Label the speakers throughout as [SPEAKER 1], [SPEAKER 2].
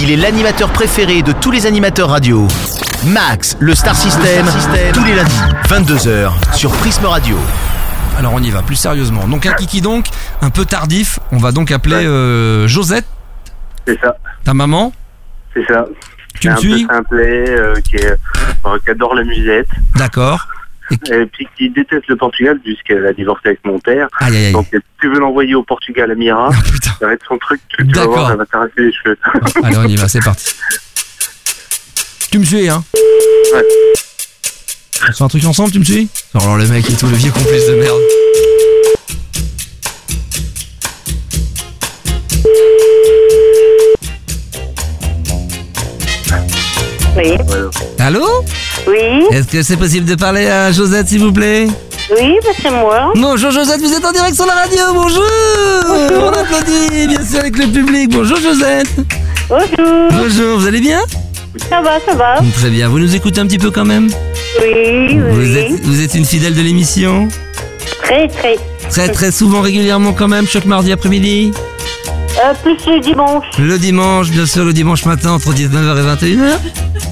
[SPEAKER 1] Il est l'animateur préféré de tous les animateurs radio. Max, le Star System, tous les lundis, 22h, sur Prisme Radio.
[SPEAKER 2] Alors on y va, plus sérieusement. Donc un kiki donc, un peu tardif. On va donc appeler euh, Josette,
[SPEAKER 3] C'est ça,
[SPEAKER 2] ta maman.
[SPEAKER 3] c'est ça.
[SPEAKER 2] Tu me
[SPEAKER 3] C'est
[SPEAKER 2] suis
[SPEAKER 3] Un peu simplet, euh, qui, est- euh, qui adore la musette,
[SPEAKER 2] D'accord.
[SPEAKER 3] et puis qui déteste le Portugal, puisqu'elle a divorcé avec mon père.
[SPEAKER 2] Aïe aïe aïe.
[SPEAKER 3] Donc, tu veux l'envoyer au Portugal à Mira,
[SPEAKER 2] Ah, putain.
[SPEAKER 3] ça va être son truc, tu, tu vas
[SPEAKER 2] D'accord.
[SPEAKER 3] voir, elle va t'arracher les cheveux.
[SPEAKER 2] Allez, on y va, c'est parti. Tu me suis, hein
[SPEAKER 3] Ouais.
[SPEAKER 2] On se fait un truc ensemble, tu me suis Oh, Alors le mec et tout, le vieux complice de merde.
[SPEAKER 4] Oui,
[SPEAKER 2] Allô
[SPEAKER 4] oui,
[SPEAKER 2] Est-ce que c'est possible de parler à Josette, s'il vous plaît
[SPEAKER 4] oui, bah c'est moi.
[SPEAKER 2] Bonjour Josette, vous êtes en direct sur la radio, bonjour On applaudit, bien sûr, avec le public. Bonjour Josette
[SPEAKER 4] Bonjour,
[SPEAKER 2] Bonjour, vous allez bien
[SPEAKER 4] ça va, ça va
[SPEAKER 2] Très bien, vous nous écoutez un petit peu quand même
[SPEAKER 4] Oh. Oui,
[SPEAKER 2] vous
[SPEAKER 4] oui,
[SPEAKER 2] êtes, vous êtes une fidèle de l'émission
[SPEAKER 4] très, très.
[SPEAKER 2] Très très souvent, régulièrement quand même, chaque mardi après-midi
[SPEAKER 4] Euh, plus le dimanche,
[SPEAKER 2] Le dimanche, bien sûr, le dimanche matin entre 19h et 21h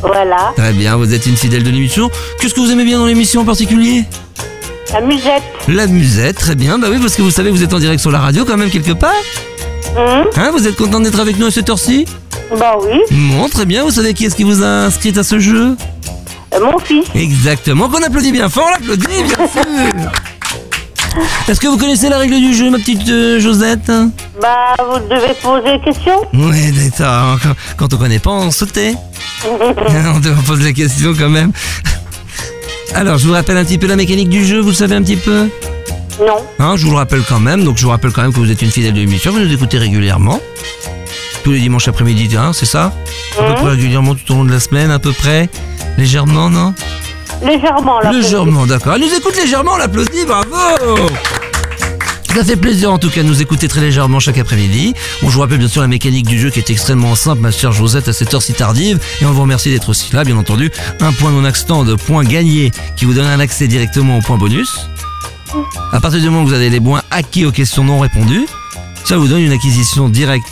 [SPEAKER 4] voilà.
[SPEAKER 2] Très bien, vous êtes une fidèle de l'émission. Qu'est-ce que vous aimez bien dans l'émission en particulier
[SPEAKER 4] La musette,
[SPEAKER 2] La musette, très bien. Bah oui, parce que vous savez, vous êtes en direct sur la radio quand même quelque part.
[SPEAKER 4] hein
[SPEAKER 2] Hein, vous êtes content d'être avec nous à cette heure-ci
[SPEAKER 4] bah oui,
[SPEAKER 2] Bon, très bien, vous savez qui est-ce qui vous a inscrit à ce jeu
[SPEAKER 4] Euh, mon fils,
[SPEAKER 2] Exactement, qu'on applaudit bien fort, on l'applaudit bien sûr Est-ce que vous connaissez la règle du jeu, ma petite euh, Josette
[SPEAKER 4] bah vous devez poser des questions.
[SPEAKER 2] Oui, d'accord. Quand- Quand on connaît pas, on sautait. on te pose la question quand même. Alors, je vous rappelle un petit peu la mécanique du jeu, vous le savez un petit peu
[SPEAKER 4] Non,
[SPEAKER 2] Hein, je vous le rappelle quand même, donc je vous rappelle quand même que vous êtes une fidèle de l'émission, vous nous écoutez régulièrement. Tous les dimanches après-midi, hein, c'est ça À peu
[SPEAKER 4] Mhm.
[SPEAKER 2] près régulièrement tout au long de la semaine, à peu près. Légèrement, non
[SPEAKER 4] légèrement là.
[SPEAKER 2] Légèrement, d'accord. Elle nous écoute légèrement, on l'applaudit, bravo ça fait plaisir en tout cas de nous écouter très légèrement chaque après-midi. Bon, je vous rappelle bien sûr la mécanique du jeu qui est extrêmement simple, ma chère Josette, à cette heure si tardive. Et on vous remercie d'être aussi là, bien entendu. Un point non extant de point gagné qui vous donne un accès directement au point bonus. À partir du moment où vous avez les points acquis aux questions non répondues, ça vous donne une acquisition directe,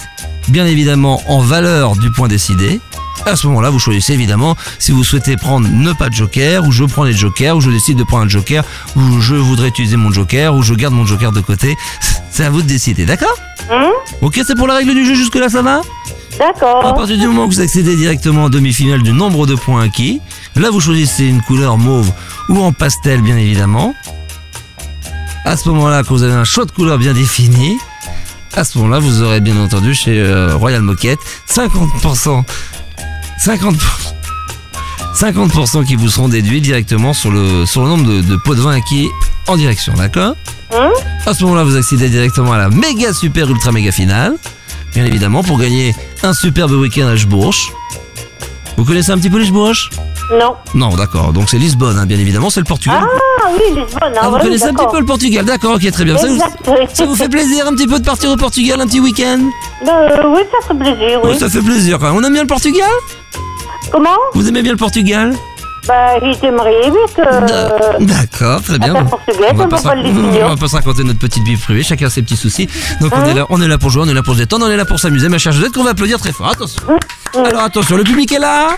[SPEAKER 2] bien évidemment en valeur du point décidé. À ce moment-là, vous choisissez évidemment si vous souhaitez prendre ne pas de joker, ou je prends les jokers, ou je décide de prendre un joker, ou je voudrais utiliser mon joker, ou je garde mon joker de côté. C'est à vous de décider, d'accord
[SPEAKER 4] Hein
[SPEAKER 2] Ok, c'est pour la règle du jeu jusque-là, ça va À
[SPEAKER 4] D'accord,
[SPEAKER 2] partir du moment où vous accédez directement en demi-finale du nombre de points acquis, là vous choisissez une couleur mauve ou en pastel, bien évidemment. À ce moment-là, quand vous avez un choix de couleur bien défini, à ce moment-là, vous aurez bien entendu chez euh, Royal Moquette 50%, 50%, 50% qui vous seront déduits directement sur le, sur le nombre de, de pots de vin acquis en direction, d'accord
[SPEAKER 4] Hein
[SPEAKER 2] À ce moment-là, vous accédez directement à la méga super ultra méga finale, bien évidemment, pour gagner un superbe week-end à Schbourg. Vous connaissez un petit peu les Schbourg
[SPEAKER 4] non.
[SPEAKER 2] Non, d'accord, donc c'est Lisbonne, hein, bien évidemment, c'est le Portugal.
[SPEAKER 4] Ah oui, Lisbonne,
[SPEAKER 2] Ah,
[SPEAKER 4] ah,
[SPEAKER 2] vous
[SPEAKER 4] oui,
[SPEAKER 2] connaissez un petit
[SPEAKER 4] d'accord.
[SPEAKER 2] peu le Portugal, d'accord, ok, très bien. Ça vous,
[SPEAKER 4] Exact, oui.
[SPEAKER 2] ça vous fait plaisir un petit peu de partir au Portugal un petit week-end
[SPEAKER 4] Euh, oui, ça fait plaisir, oui.
[SPEAKER 2] Oh, Ça fait plaisir quand même. On aime bien le Portugal
[SPEAKER 4] Comment
[SPEAKER 2] Vous aimez bien le Portugal
[SPEAKER 4] Bah, il était marié avec euh,
[SPEAKER 2] D'accord, très Bah, bien.
[SPEAKER 4] un
[SPEAKER 2] Bon.
[SPEAKER 4] portugais,
[SPEAKER 2] On va,
[SPEAKER 4] on
[SPEAKER 2] pas se
[SPEAKER 4] va pas le
[SPEAKER 2] raconter, on
[SPEAKER 4] définir.
[SPEAKER 2] va pas se raconter notre petite vie privée, chacun ses petits soucis. Donc on,
[SPEAKER 4] Hein
[SPEAKER 2] est là, on est là pour jouer, on est là pour se détendre, on est là pour s'amuser, ma chère Josette, qu'on va applaudir très fort. Attention.
[SPEAKER 4] Mm,
[SPEAKER 2] Alors attention, le public est là.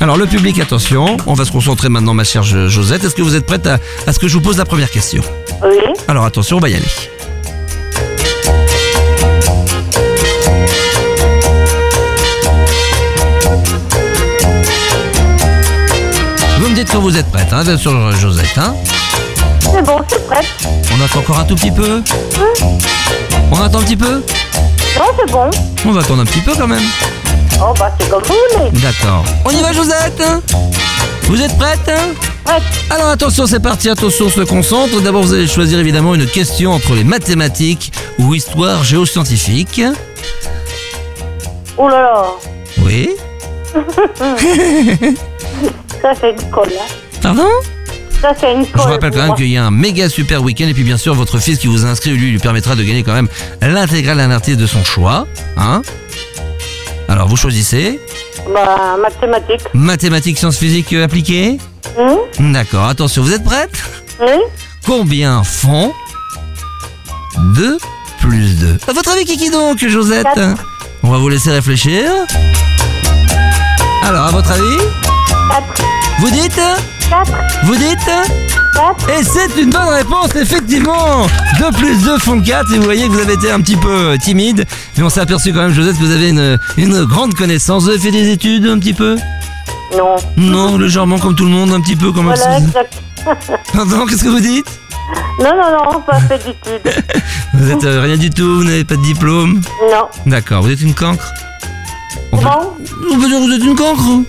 [SPEAKER 2] Alors le public, attention, on va se concentrer maintenant, ma chère Jo- Josette. Est-ce que vous êtes prête à, à ce que je vous pose la première question
[SPEAKER 4] Oui,
[SPEAKER 2] Alors attention, on va y aller. Vous me dites quand vous êtes prête, hein, bien sûr, Josette. Hein
[SPEAKER 4] c'est bon, je suis prête.
[SPEAKER 2] on attend encore un tout petit peu. On attend un petit peu
[SPEAKER 4] Non, c'est bon.
[SPEAKER 2] On va attendre un petit peu quand même.
[SPEAKER 4] Oh, bah, c'est comme vous voulez.
[SPEAKER 2] D'accord. On y va, Josette hein Vous êtes prête hein
[SPEAKER 4] Prête.
[SPEAKER 2] Alors attention, c'est parti, attention, on se concentre. D'abord, vous allez choisir évidemment une question entre les mathématiques ou histoire géoscientifique.
[SPEAKER 4] Oh là là,
[SPEAKER 2] Oui.
[SPEAKER 4] ça, c'est une colle. hein.
[SPEAKER 2] Pardon
[SPEAKER 4] Ça, c'est une
[SPEAKER 2] Je
[SPEAKER 4] colle.
[SPEAKER 2] vous rappelle
[SPEAKER 4] pour
[SPEAKER 2] quand même
[SPEAKER 4] moi.
[SPEAKER 2] qu'il y a un méga super week-end et puis bien sûr votre fils qui vous a inscrit lui lui permettra de gagner quand même l'intégrale d'un artiste de son choix. Hein Alors vous choisissez
[SPEAKER 4] Bah, mathématiques.
[SPEAKER 2] mathématiques, sciences physiques euh, appliquées.
[SPEAKER 4] Hum,
[SPEAKER 2] D'accord, attention, vous êtes prête
[SPEAKER 4] Oui
[SPEAKER 2] Combien font 2 plus 2 À votre avis, Kiki donc, Josette
[SPEAKER 4] Quatre.
[SPEAKER 2] On va vous laisser réfléchir. Alors, à votre avis
[SPEAKER 4] 4,
[SPEAKER 2] Vous dites
[SPEAKER 4] 4,
[SPEAKER 2] Vous dites
[SPEAKER 4] 4.
[SPEAKER 2] Et c'est une bonne réponse, effectivement 2 plus 2 font 4, et vous voyez que vous avez été un petit peu euh, timide, mais on s'est aperçu quand même, Josette, que vous avez une, une grande connaissance. Vous avez fait des études un petit peu
[SPEAKER 4] Non.
[SPEAKER 2] Non, légèrement comme tout le monde, un petit peu comme...
[SPEAKER 4] Voilà, exact.
[SPEAKER 2] Pardon, qu'est-ce que vous dites
[SPEAKER 4] Non, non, non, pas fait d'études.
[SPEAKER 2] Vous êtes euh, rien du tout, vous n'avez pas de diplôme.
[SPEAKER 4] Non.
[SPEAKER 2] D'accord, vous êtes une cancre on peut,
[SPEAKER 4] Comment
[SPEAKER 2] on peut dire que vous êtes une cancre hein.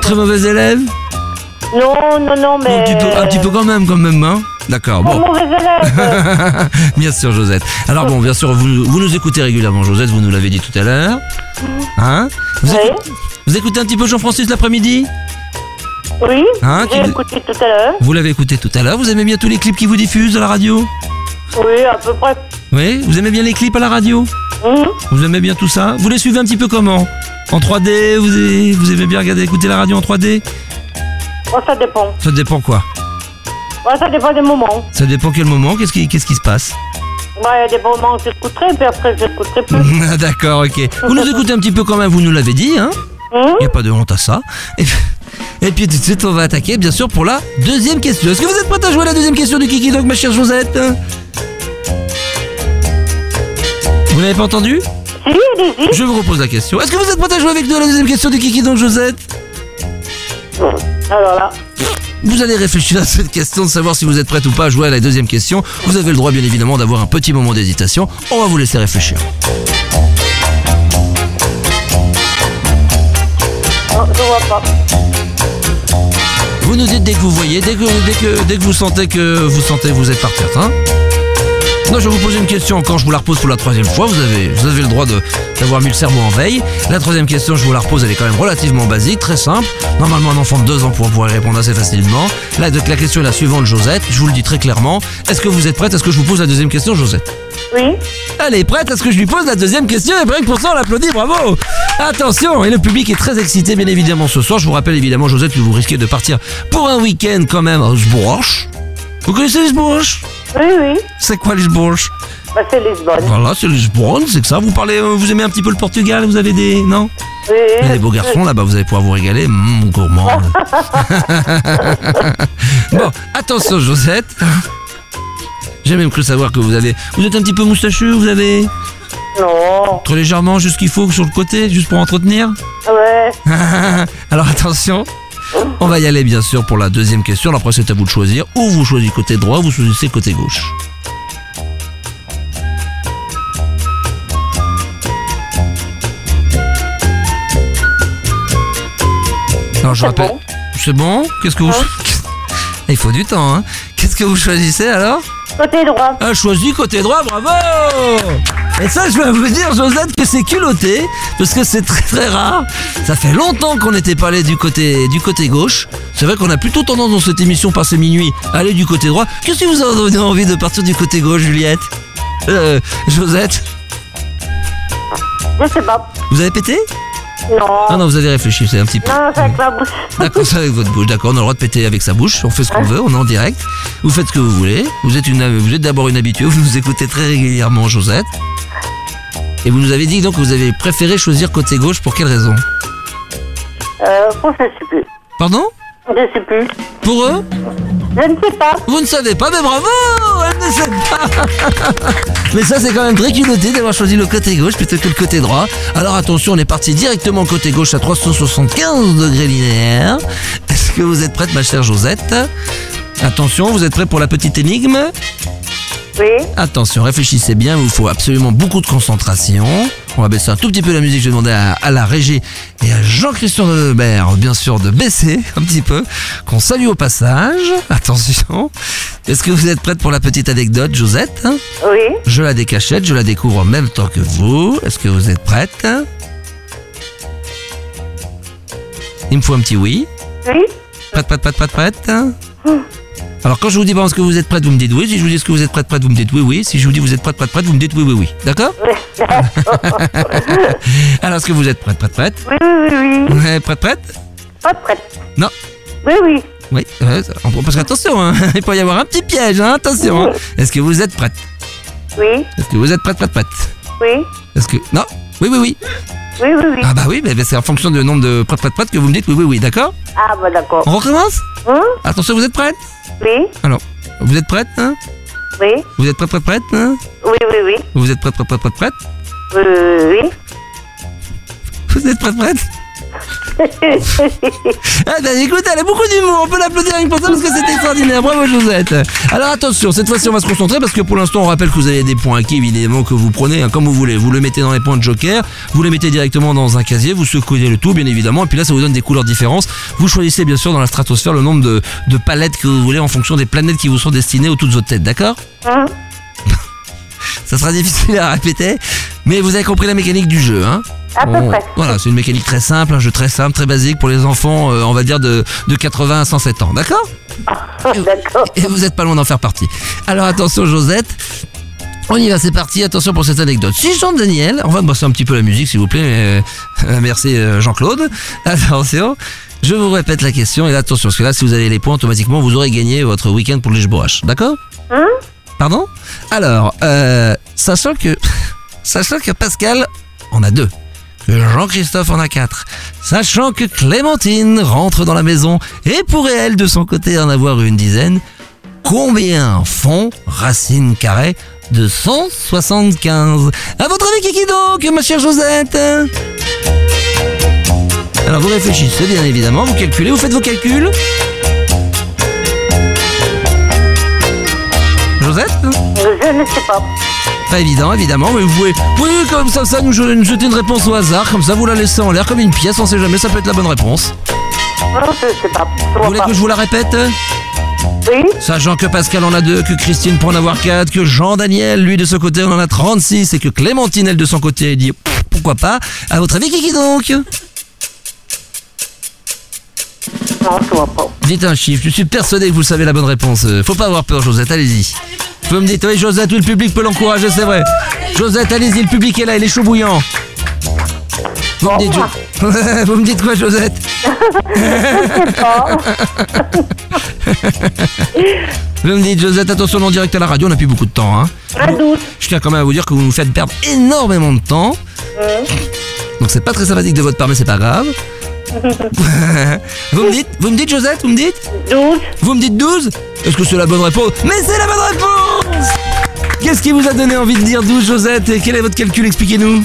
[SPEAKER 2] Très mauvaise élève
[SPEAKER 4] Non, non, non,
[SPEAKER 2] un,
[SPEAKER 4] mais.
[SPEAKER 2] petit peu, un petit peu quand même, quand même, hein D'accord,
[SPEAKER 4] Pas
[SPEAKER 2] bon.
[SPEAKER 4] mauvais élève.
[SPEAKER 2] bien sûr, Josette. Alors bon, bien sûr, vous, vous nous écoutez régulièrement, Josette, vous nous l'avez dit tout à l'heure. Hein vous,
[SPEAKER 4] Oui.
[SPEAKER 2] écoutez, vous écoutez un petit peu Jean-Francis l'après-midi
[SPEAKER 4] Oui,
[SPEAKER 2] Hein,
[SPEAKER 4] j'ai
[SPEAKER 2] qui-
[SPEAKER 4] écouté tout à l'heure.
[SPEAKER 2] Vous l'avez écouté tout à l'heure, vous aimez bien tous les clips qui vous diffusent à la radio
[SPEAKER 4] Oui, à peu près.
[SPEAKER 2] Oui Vous aimez bien les clips à la radio
[SPEAKER 4] Mhm.
[SPEAKER 2] Vous aimez bien tout ça Vous les suivez un petit peu comment En 3D vous aimez, vous aimez bien regarder, écouter la radio en 3D
[SPEAKER 4] Bon, ça dépend.
[SPEAKER 2] Ça dépend quoi
[SPEAKER 4] Bon, ça dépend des moments.
[SPEAKER 2] Ça dépend quel moment, qu'est-ce qui, qu'est-ce qui se passe
[SPEAKER 4] Moi, il y a des moments où j'écouterai, puis après, j'écouterai plus.
[SPEAKER 2] Ah, D'accord, ok. Vous nous écoutez un petit peu quand même, vous nous l'avez dit, hein
[SPEAKER 4] Hum
[SPEAKER 2] Il n'y a pas de honte à ça. Et puis, et puis tout de suite, on va attaquer, bien sûr, pour la deuxième question. Est-ce que vous êtes prête à jouer à la deuxième question du Kiki Dog, ma chère Josette Vous n'avez pas entendu
[SPEAKER 4] Si, allez-y.
[SPEAKER 2] Je vous repose la question. Est-ce que vous êtes prête à jouer avec nous à la deuxième question du Kiki Dog, Josette
[SPEAKER 4] Hmm. Alors là,
[SPEAKER 2] Vous allez réfléchir à cette question de savoir si vous êtes prête ou pas à jouer à la deuxième question. Vous avez le droit bien évidemment d'avoir un petit moment d'hésitation. On va vous laisser réfléchir.
[SPEAKER 4] non, oh, je vois pas.
[SPEAKER 2] Vous nous dites dès que vous voyez, dès que, dès que, dès que vous sentez que vous sentez que vous êtes par terre. Hein non, je vais vous poser une question quand je vous la repose pour la troisième fois. Vous avez, vous avez le droit de- d'avoir mis le cerveau en veille. La troisième question, je vous la repose, elle est quand même relativement basique, très simple. Normalement, un enfant de deux ans pourrait pouvoir y répondre assez facilement. Là, donc, la question est la suivante, Josette. Je vous le dis très clairement. Est-ce que vous êtes prête Est-ce que je vous pose la deuxième question, Josette
[SPEAKER 4] Oui,
[SPEAKER 2] elle est prête à ce que je lui pose la deuxième question et rien que pour ça on l'applaudit, bravo Attention, et le public est très excité bien évidemment ce soir. Je vous rappelle évidemment Josette que vous risquez de partir pour un week-end quand même à Sbourche. Vous connaissez Lisbonne
[SPEAKER 4] oui, oui.
[SPEAKER 2] C'est quoi Lisbonne
[SPEAKER 4] Bah, c'est Lisbonne.
[SPEAKER 2] Voilà, c'est Lisbonne, c'est que ça. Vous parlez, euh, vous aimez un petit peu le Portugal, vous avez des... Non
[SPEAKER 4] Oui,
[SPEAKER 2] Il y a des beaux garçons là-bas, vous allez pouvoir vous régaler. Mmh, gourmand. bon, attention Josette. J'ai même cru savoir que vous avez... Vous êtes un petit peu moustachu, vous avez...
[SPEAKER 4] Euh, Non. Ah
[SPEAKER 2] Très légèrement, juste ce qu'il faut, sur le côté, juste pour entretenir.
[SPEAKER 4] Ouais.
[SPEAKER 2] Alors attention, on va y aller bien sûr pour la deuxième question. Alors après, c'est à vous de choisir. Ou vous choisissez côté droit, ou vous choisissez côté gauche. Alors je
[SPEAKER 4] C'est
[SPEAKER 2] rappelle.
[SPEAKER 4] bon. Hein?
[SPEAKER 2] C'est bon Qu'est-ce que vous.
[SPEAKER 4] Ouais.
[SPEAKER 2] Il faut du temps, hein Qu'est-ce que vous choisissez alors
[SPEAKER 4] Côté droit.
[SPEAKER 2] a choisi Ah, côté droit, bravo Et ça, je vais vous dire, Josette, que c'est culotté, parce que c'est très très rare. Ça fait longtemps qu'on n'était pas allé du côté, du côté gauche. C'est vrai qu'on a plutôt tendance dans cette émission passée minuit à aller du côté droit. Qu'est-ce que vous avez donné envie de partir du côté gauche, Juliette Euh, Josette
[SPEAKER 4] Je sais pas.
[SPEAKER 2] Vous avez pété
[SPEAKER 4] Non.
[SPEAKER 2] Ah
[SPEAKER 4] Non,
[SPEAKER 2] non, vous avez réfléchi, c'est un petit peu.
[SPEAKER 4] non c'est avec la bouche.
[SPEAKER 2] D'accord, c'est avec votre bouche. D'accord, on a le droit de péter avec sa bouche. On fait ce qu'on veut, on est en direct. Vous faites ce que vous voulez. Vous êtes, une, vous êtes d'abord une habituée. Vous nous écoutez très régulièrement, Josette. Et vous nous avez dit donc que vous avez préféré choisir côté gauche. Pour quelle raison
[SPEAKER 4] Euh, faut que je sais plus.
[SPEAKER 2] Pardon
[SPEAKER 4] Je sais plus.
[SPEAKER 2] Pour eux
[SPEAKER 4] Je ne sais pas.
[SPEAKER 2] Vous ne savez pas, mais bravo Elle ne sait pas Mais ça, c'est quand même très culotté d'avoir choisi le côté gauche plutôt que le côté droit. Alors attention, on est parti directement côté gauche à 375 degrés linéaires. Est-ce que vous êtes prête, ma chère Josette Attention, vous êtes prêts pour la petite énigme
[SPEAKER 4] Oui.
[SPEAKER 2] Attention, réfléchissez bien, il vous faut absolument beaucoup de concentration. On va baisser un tout petit peu la musique, je vais demander à, à la régie et à Jean-Christian Lebert, bien sûr, de baisser un petit peu, qu'on salue au passage. Attention. Est-ce que vous êtes prête pour la petite anecdote, Josette hein
[SPEAKER 4] Oui.
[SPEAKER 2] Je la décachette, je la découvre en même temps que vous. Est-ce que vous êtes prête Il me faut un petit oui.
[SPEAKER 4] Oui.
[SPEAKER 2] Prête, prête, prête, prête, prête. hein Alors quand je vous dis est-ce que vous êtes prête, vous me dites oui. Si je vous dis est-ce que vous êtes prête, prête, vous me dites oui, oui. Si je vous dis vous êtes prête, prête, prête, vous me dites oui, oui, oui. D'accord Alors est-ce que vous êtes prête, prête, prête
[SPEAKER 4] Oui, oui, oui, oui.
[SPEAKER 2] Ouais, Prête, prête
[SPEAKER 4] Pas prête.
[SPEAKER 2] Mm. Non.
[SPEAKER 4] Oui, oui.
[SPEAKER 2] Oui. ouais, ça- parce qu'attention, hein, il peut y avoir un petit piège, hein, attention. hein. Est-ce que vous êtes prête
[SPEAKER 4] Oui.
[SPEAKER 2] Est-ce que vous êtes prête, prête, prête
[SPEAKER 4] Oui.
[SPEAKER 2] Est-ce que... Non Oui, oui, oui.
[SPEAKER 4] Oui, oui, oui.
[SPEAKER 2] Ah bah oui, mais mais c'est en fonction du nombre de prat prat prat que vous me dites oui, oui, oui, d'accord
[SPEAKER 4] Ah, bah d'accord.
[SPEAKER 2] On recommence
[SPEAKER 4] Hein
[SPEAKER 2] Attention, vous êtes prête
[SPEAKER 4] Oui,
[SPEAKER 2] Alors, vous êtes prête hein
[SPEAKER 4] oui,
[SPEAKER 2] Vous êtes prête, prête, prête hein
[SPEAKER 4] oui, oui, oui,
[SPEAKER 2] Vous êtes prête, prête, prête, prête, prête
[SPEAKER 4] oui, oui,
[SPEAKER 2] Vous êtes prête, prête
[SPEAKER 4] oui.
[SPEAKER 2] Ah bah écoute, elle a beaucoup d'humour, on peut l'applaudir rien que pour ça parce que c'est extraordinaire, bravo Josette Alors attention, cette fois-ci on va se concentrer parce que pour l'instant on rappelle que vous avez des points acquis évidemment que vous prenez hein, comme vous voulez, vous le mettez dans les points de joker, vous le mettez directement dans un casier, vous secouez le tout bien évidemment et puis là ça vous donne des couleurs différentes, vous choisissez bien sûr dans la stratosphère le nombre de, de palettes que vous voulez en fonction des planètes qui vous sont destinées autour de votre tête, d'accord
[SPEAKER 4] Hein
[SPEAKER 2] Ça sera difficile à répéter, mais vous avez compris la mécanique du jeu hein
[SPEAKER 4] À peu
[SPEAKER 2] on-
[SPEAKER 4] près.
[SPEAKER 2] Voilà, c'est une mécanique très simple, un jeu très simple, très basique pour les enfants, euh, on va dire de, de 80 à 107 ans, d'accord
[SPEAKER 4] D'accord.
[SPEAKER 2] Et vous êtes pas loin d'en faire partie. Alors attention Josette, on y va, c'est parti, attention pour cette anecdote. Si Jean-Daniel, on va bosser un petit peu la musique s'il vous plaît, euh, euh, merci euh, Jean-Claude. Attention, je vous répète la question et là, attention, parce que là si vous avez les points, automatiquement vous aurez gagné votre week-end pour les Boache, d'accord
[SPEAKER 4] Hein
[SPEAKER 2] Pardon Alors, euh, sachant que sachant que Pascal en a deux, que Jean-Christophe en a quatre, sachant que Clémentine rentre dans la maison et pourrait elle de son côté en avoir une dizaine, combien font racine carrée de 175 À votre avis, qui qui donc, ma chère Josette Alors vous réfléchissez bien évidemment, vous calculez, vous faites vos calculs. Josette
[SPEAKER 4] Je ne sais pas.
[SPEAKER 2] pas évident, évidemment, mais vous pouvez, vous pouvez comme ça, ça nous je- nous jeter une réponse au hasard, comme ça vous la laissez en l'air comme une pièce, on sait jamais, ça peut être la bonne réponse.
[SPEAKER 4] Non, je ne sais pas. Je
[SPEAKER 2] Vous
[SPEAKER 4] vois
[SPEAKER 2] voulez
[SPEAKER 4] pas.
[SPEAKER 2] que je vous la répète
[SPEAKER 4] Oui,
[SPEAKER 2] Sachant que Pascal en a deux, que Christine pour en avoir quatre, que Jean-Daniel, lui, de ce côté, en en a 36, et que Clémentine, elle, de son côté, elle dit Pff, pourquoi pas. À votre avis, qui qui donc
[SPEAKER 4] non, je vois pas.
[SPEAKER 2] Dites un chiffre, je suis persuadé que vous savez la bonne réponse. Euh, Faut pas avoir peur, Josette, allez-y. Vous me dites, oui, Josette, oui, le public peut l'encourager, c'est vrai. Josette, allez-y, le public est là, il est chaud bouillant. Vous me dites, Jo- vous me dites quoi, Josette
[SPEAKER 4] Ah,
[SPEAKER 2] Vous me dites, Josette, attention, en direct à la radio, on n'a plus beaucoup de temps. Hein.
[SPEAKER 4] un doute.
[SPEAKER 2] Je tiens quand même à vous dire que vous nous faites perdre énormément de temps. Donc c'est pas très sympathique de votre part, mais c'est pas grave. vous me dites, vous me dites, Josette, vous me dites
[SPEAKER 4] 12.
[SPEAKER 2] Vous me dites 12 Est-ce que c'est la bonne réponse Mais c'est la bonne réponse Qu'est-ce qui vous a donné envie de dire 12, Josette Et quel est votre calcul Expliquez-nous.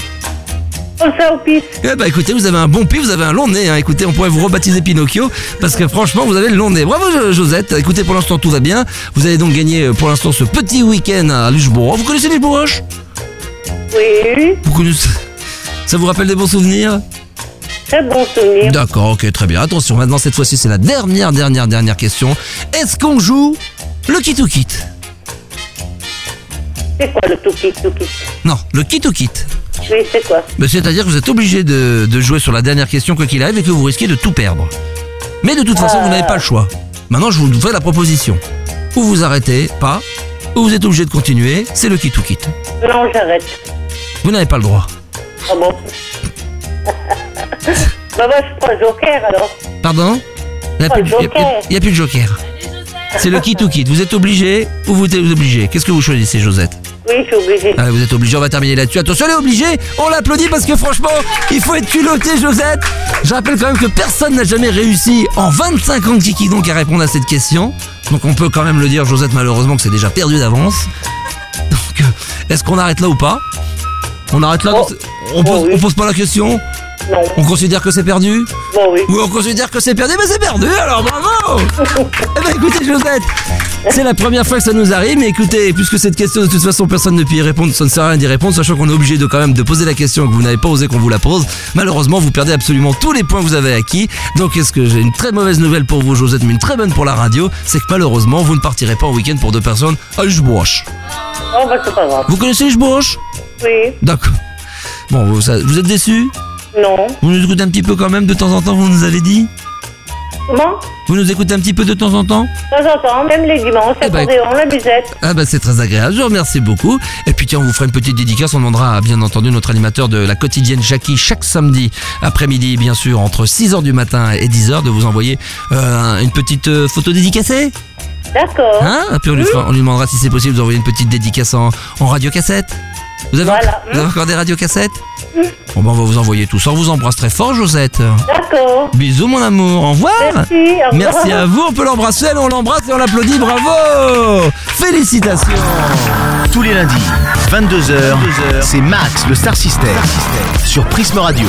[SPEAKER 4] Comme ça, au pif.
[SPEAKER 2] Eh bah écoutez, vous avez un bon pied, vous avez un long nez. hein. Écoutez, on pourrait vous rebaptiser Pinocchio parce que franchement, vous avez le long nez. Bravo, Jo- Josette. Écoutez, pour l'instant, tout va bien. Vous avez donc gagné euh, pour l'instant ce petit week-end à Luchebourg. Vous connaissez Luchebourg
[SPEAKER 4] Oui,
[SPEAKER 2] Vous connaissez Ça vous rappelle des bons souvenirs
[SPEAKER 4] très bon souvenir.
[SPEAKER 2] D'accord, ok, très bien. Attention, maintenant, cette fois-ci, c'est la dernière, dernière, dernière question. Est-ce qu'on joue le kit ou kit
[SPEAKER 4] C'est quoi le tout pif, tout pif
[SPEAKER 2] Non, le kit ou kit
[SPEAKER 4] Oui, c'est quoi
[SPEAKER 2] Mais C'est-à-dire que vous êtes obligé de, de jouer sur la dernière question quoi qu'il arrive et que vous risquez de tout perdre. Mais de toute façon, vous n'avez pas le choix. Maintenant, je vous fais la proposition. Ou vous arrêtez, pas, ou vous êtes obligé de continuer, c'est le kit ou kit.
[SPEAKER 4] Non, j'arrête.
[SPEAKER 2] Vous n'avez pas le droit.
[SPEAKER 4] Ah bon Bah, bah, je prends Joker alors.
[SPEAKER 2] Pardon Il n'y a,
[SPEAKER 4] Oh,
[SPEAKER 2] plus de- il y
[SPEAKER 4] le
[SPEAKER 2] a plus de-
[SPEAKER 4] joker.
[SPEAKER 2] il y a plus de joker. C'est le kit ou kit. Vous êtes obligé ou vous êtes obligé Qu'est-ce que vous choisissez, Josette
[SPEAKER 4] Oui, je suis obligée.
[SPEAKER 2] Ah, Vous êtes obligé, on va terminer là-dessus. Attention, elle est obligée. On l'applaudit parce que franchement, il faut être culotté, Josette. Je rappelle quand même que personne n'a jamais réussi en 25 ans de Kiki donc à répondre à cette question. Donc on peut quand même le dire, Josette, malheureusement, que c'est déjà perdu d'avance. Donc, euh, est-ce qu'on arrête là ou pas On arrête là
[SPEAKER 4] Oh.
[SPEAKER 2] donc, on, pose,
[SPEAKER 4] Oh, oui.
[SPEAKER 2] on pose pas la question
[SPEAKER 4] Non,
[SPEAKER 2] On considère que c'est perdu
[SPEAKER 4] bon, oui.
[SPEAKER 2] ou on considère que c'est perdu, mais c'est perdu, alors bravo Eh ben écoutez Josette, c'est la première fois que ça nous arrive, mais écoutez, puisque cette question de toute façon personne ne peut y répondre, ça ne sert à rien d'y répondre, sachant qu'on est obligé de quand même de poser la question que vous n'avez pas osé qu'on vous la pose, malheureusement vous perdez absolument tous les points que vous avez acquis, donc est-ce que j'ai une très mauvaise nouvelle pour vous Josette, mais une très bonne pour la radio, c'est que malheureusement vous ne partirez pas en week-end pour deux personnes à Luchebroche.
[SPEAKER 4] Non, bah, c'est pas grave.
[SPEAKER 2] Vous connaissez Luchebroche
[SPEAKER 4] Oui,
[SPEAKER 2] D'accord. Bon, vous, ça- vous êtes déçus
[SPEAKER 4] non.
[SPEAKER 2] Vous nous écoutez un petit peu quand même de temps en temps, vous nous avez dit
[SPEAKER 4] Comment
[SPEAKER 2] Vous nous écoutez un petit peu de temps en temps
[SPEAKER 4] De temps en temps, même les dimanches,
[SPEAKER 2] Eh ben,
[SPEAKER 4] accordéon, la musette.
[SPEAKER 2] Ah bah c'est très agréable, je vous remercie beaucoup. Et puis tiens, on vous fera une petite dédicace, on demandera à, bien entendu notre animateur de la quotidienne Jackie chaque samedi après-midi, bien sûr, entre 6h du matin et 10h, de vous envoyer euh, une petite euh, photo dédicacée.
[SPEAKER 4] D'accord.
[SPEAKER 2] Hein et puis on lui, fera- on lui demandera si c'est possible d'envoyer une petite dédicace en, en radio cassette. Vous avez,
[SPEAKER 4] Voilà.
[SPEAKER 2] vous avez encore des radiocassettes Bon, ben, on va vous envoyer tout ça. On vous embrasse très fort, Josette.
[SPEAKER 4] D'accord.
[SPEAKER 2] Bisous, mon amour. Au revoir.
[SPEAKER 4] Merci. au revoir.
[SPEAKER 2] Ah. Merci à vous. On peut l'embrasser. Allez, on l'embrasse et on l'applaudit. Bravo Félicitations
[SPEAKER 1] Tous les lundis, 22h, c'est Max le Star System sur Prisme Radio.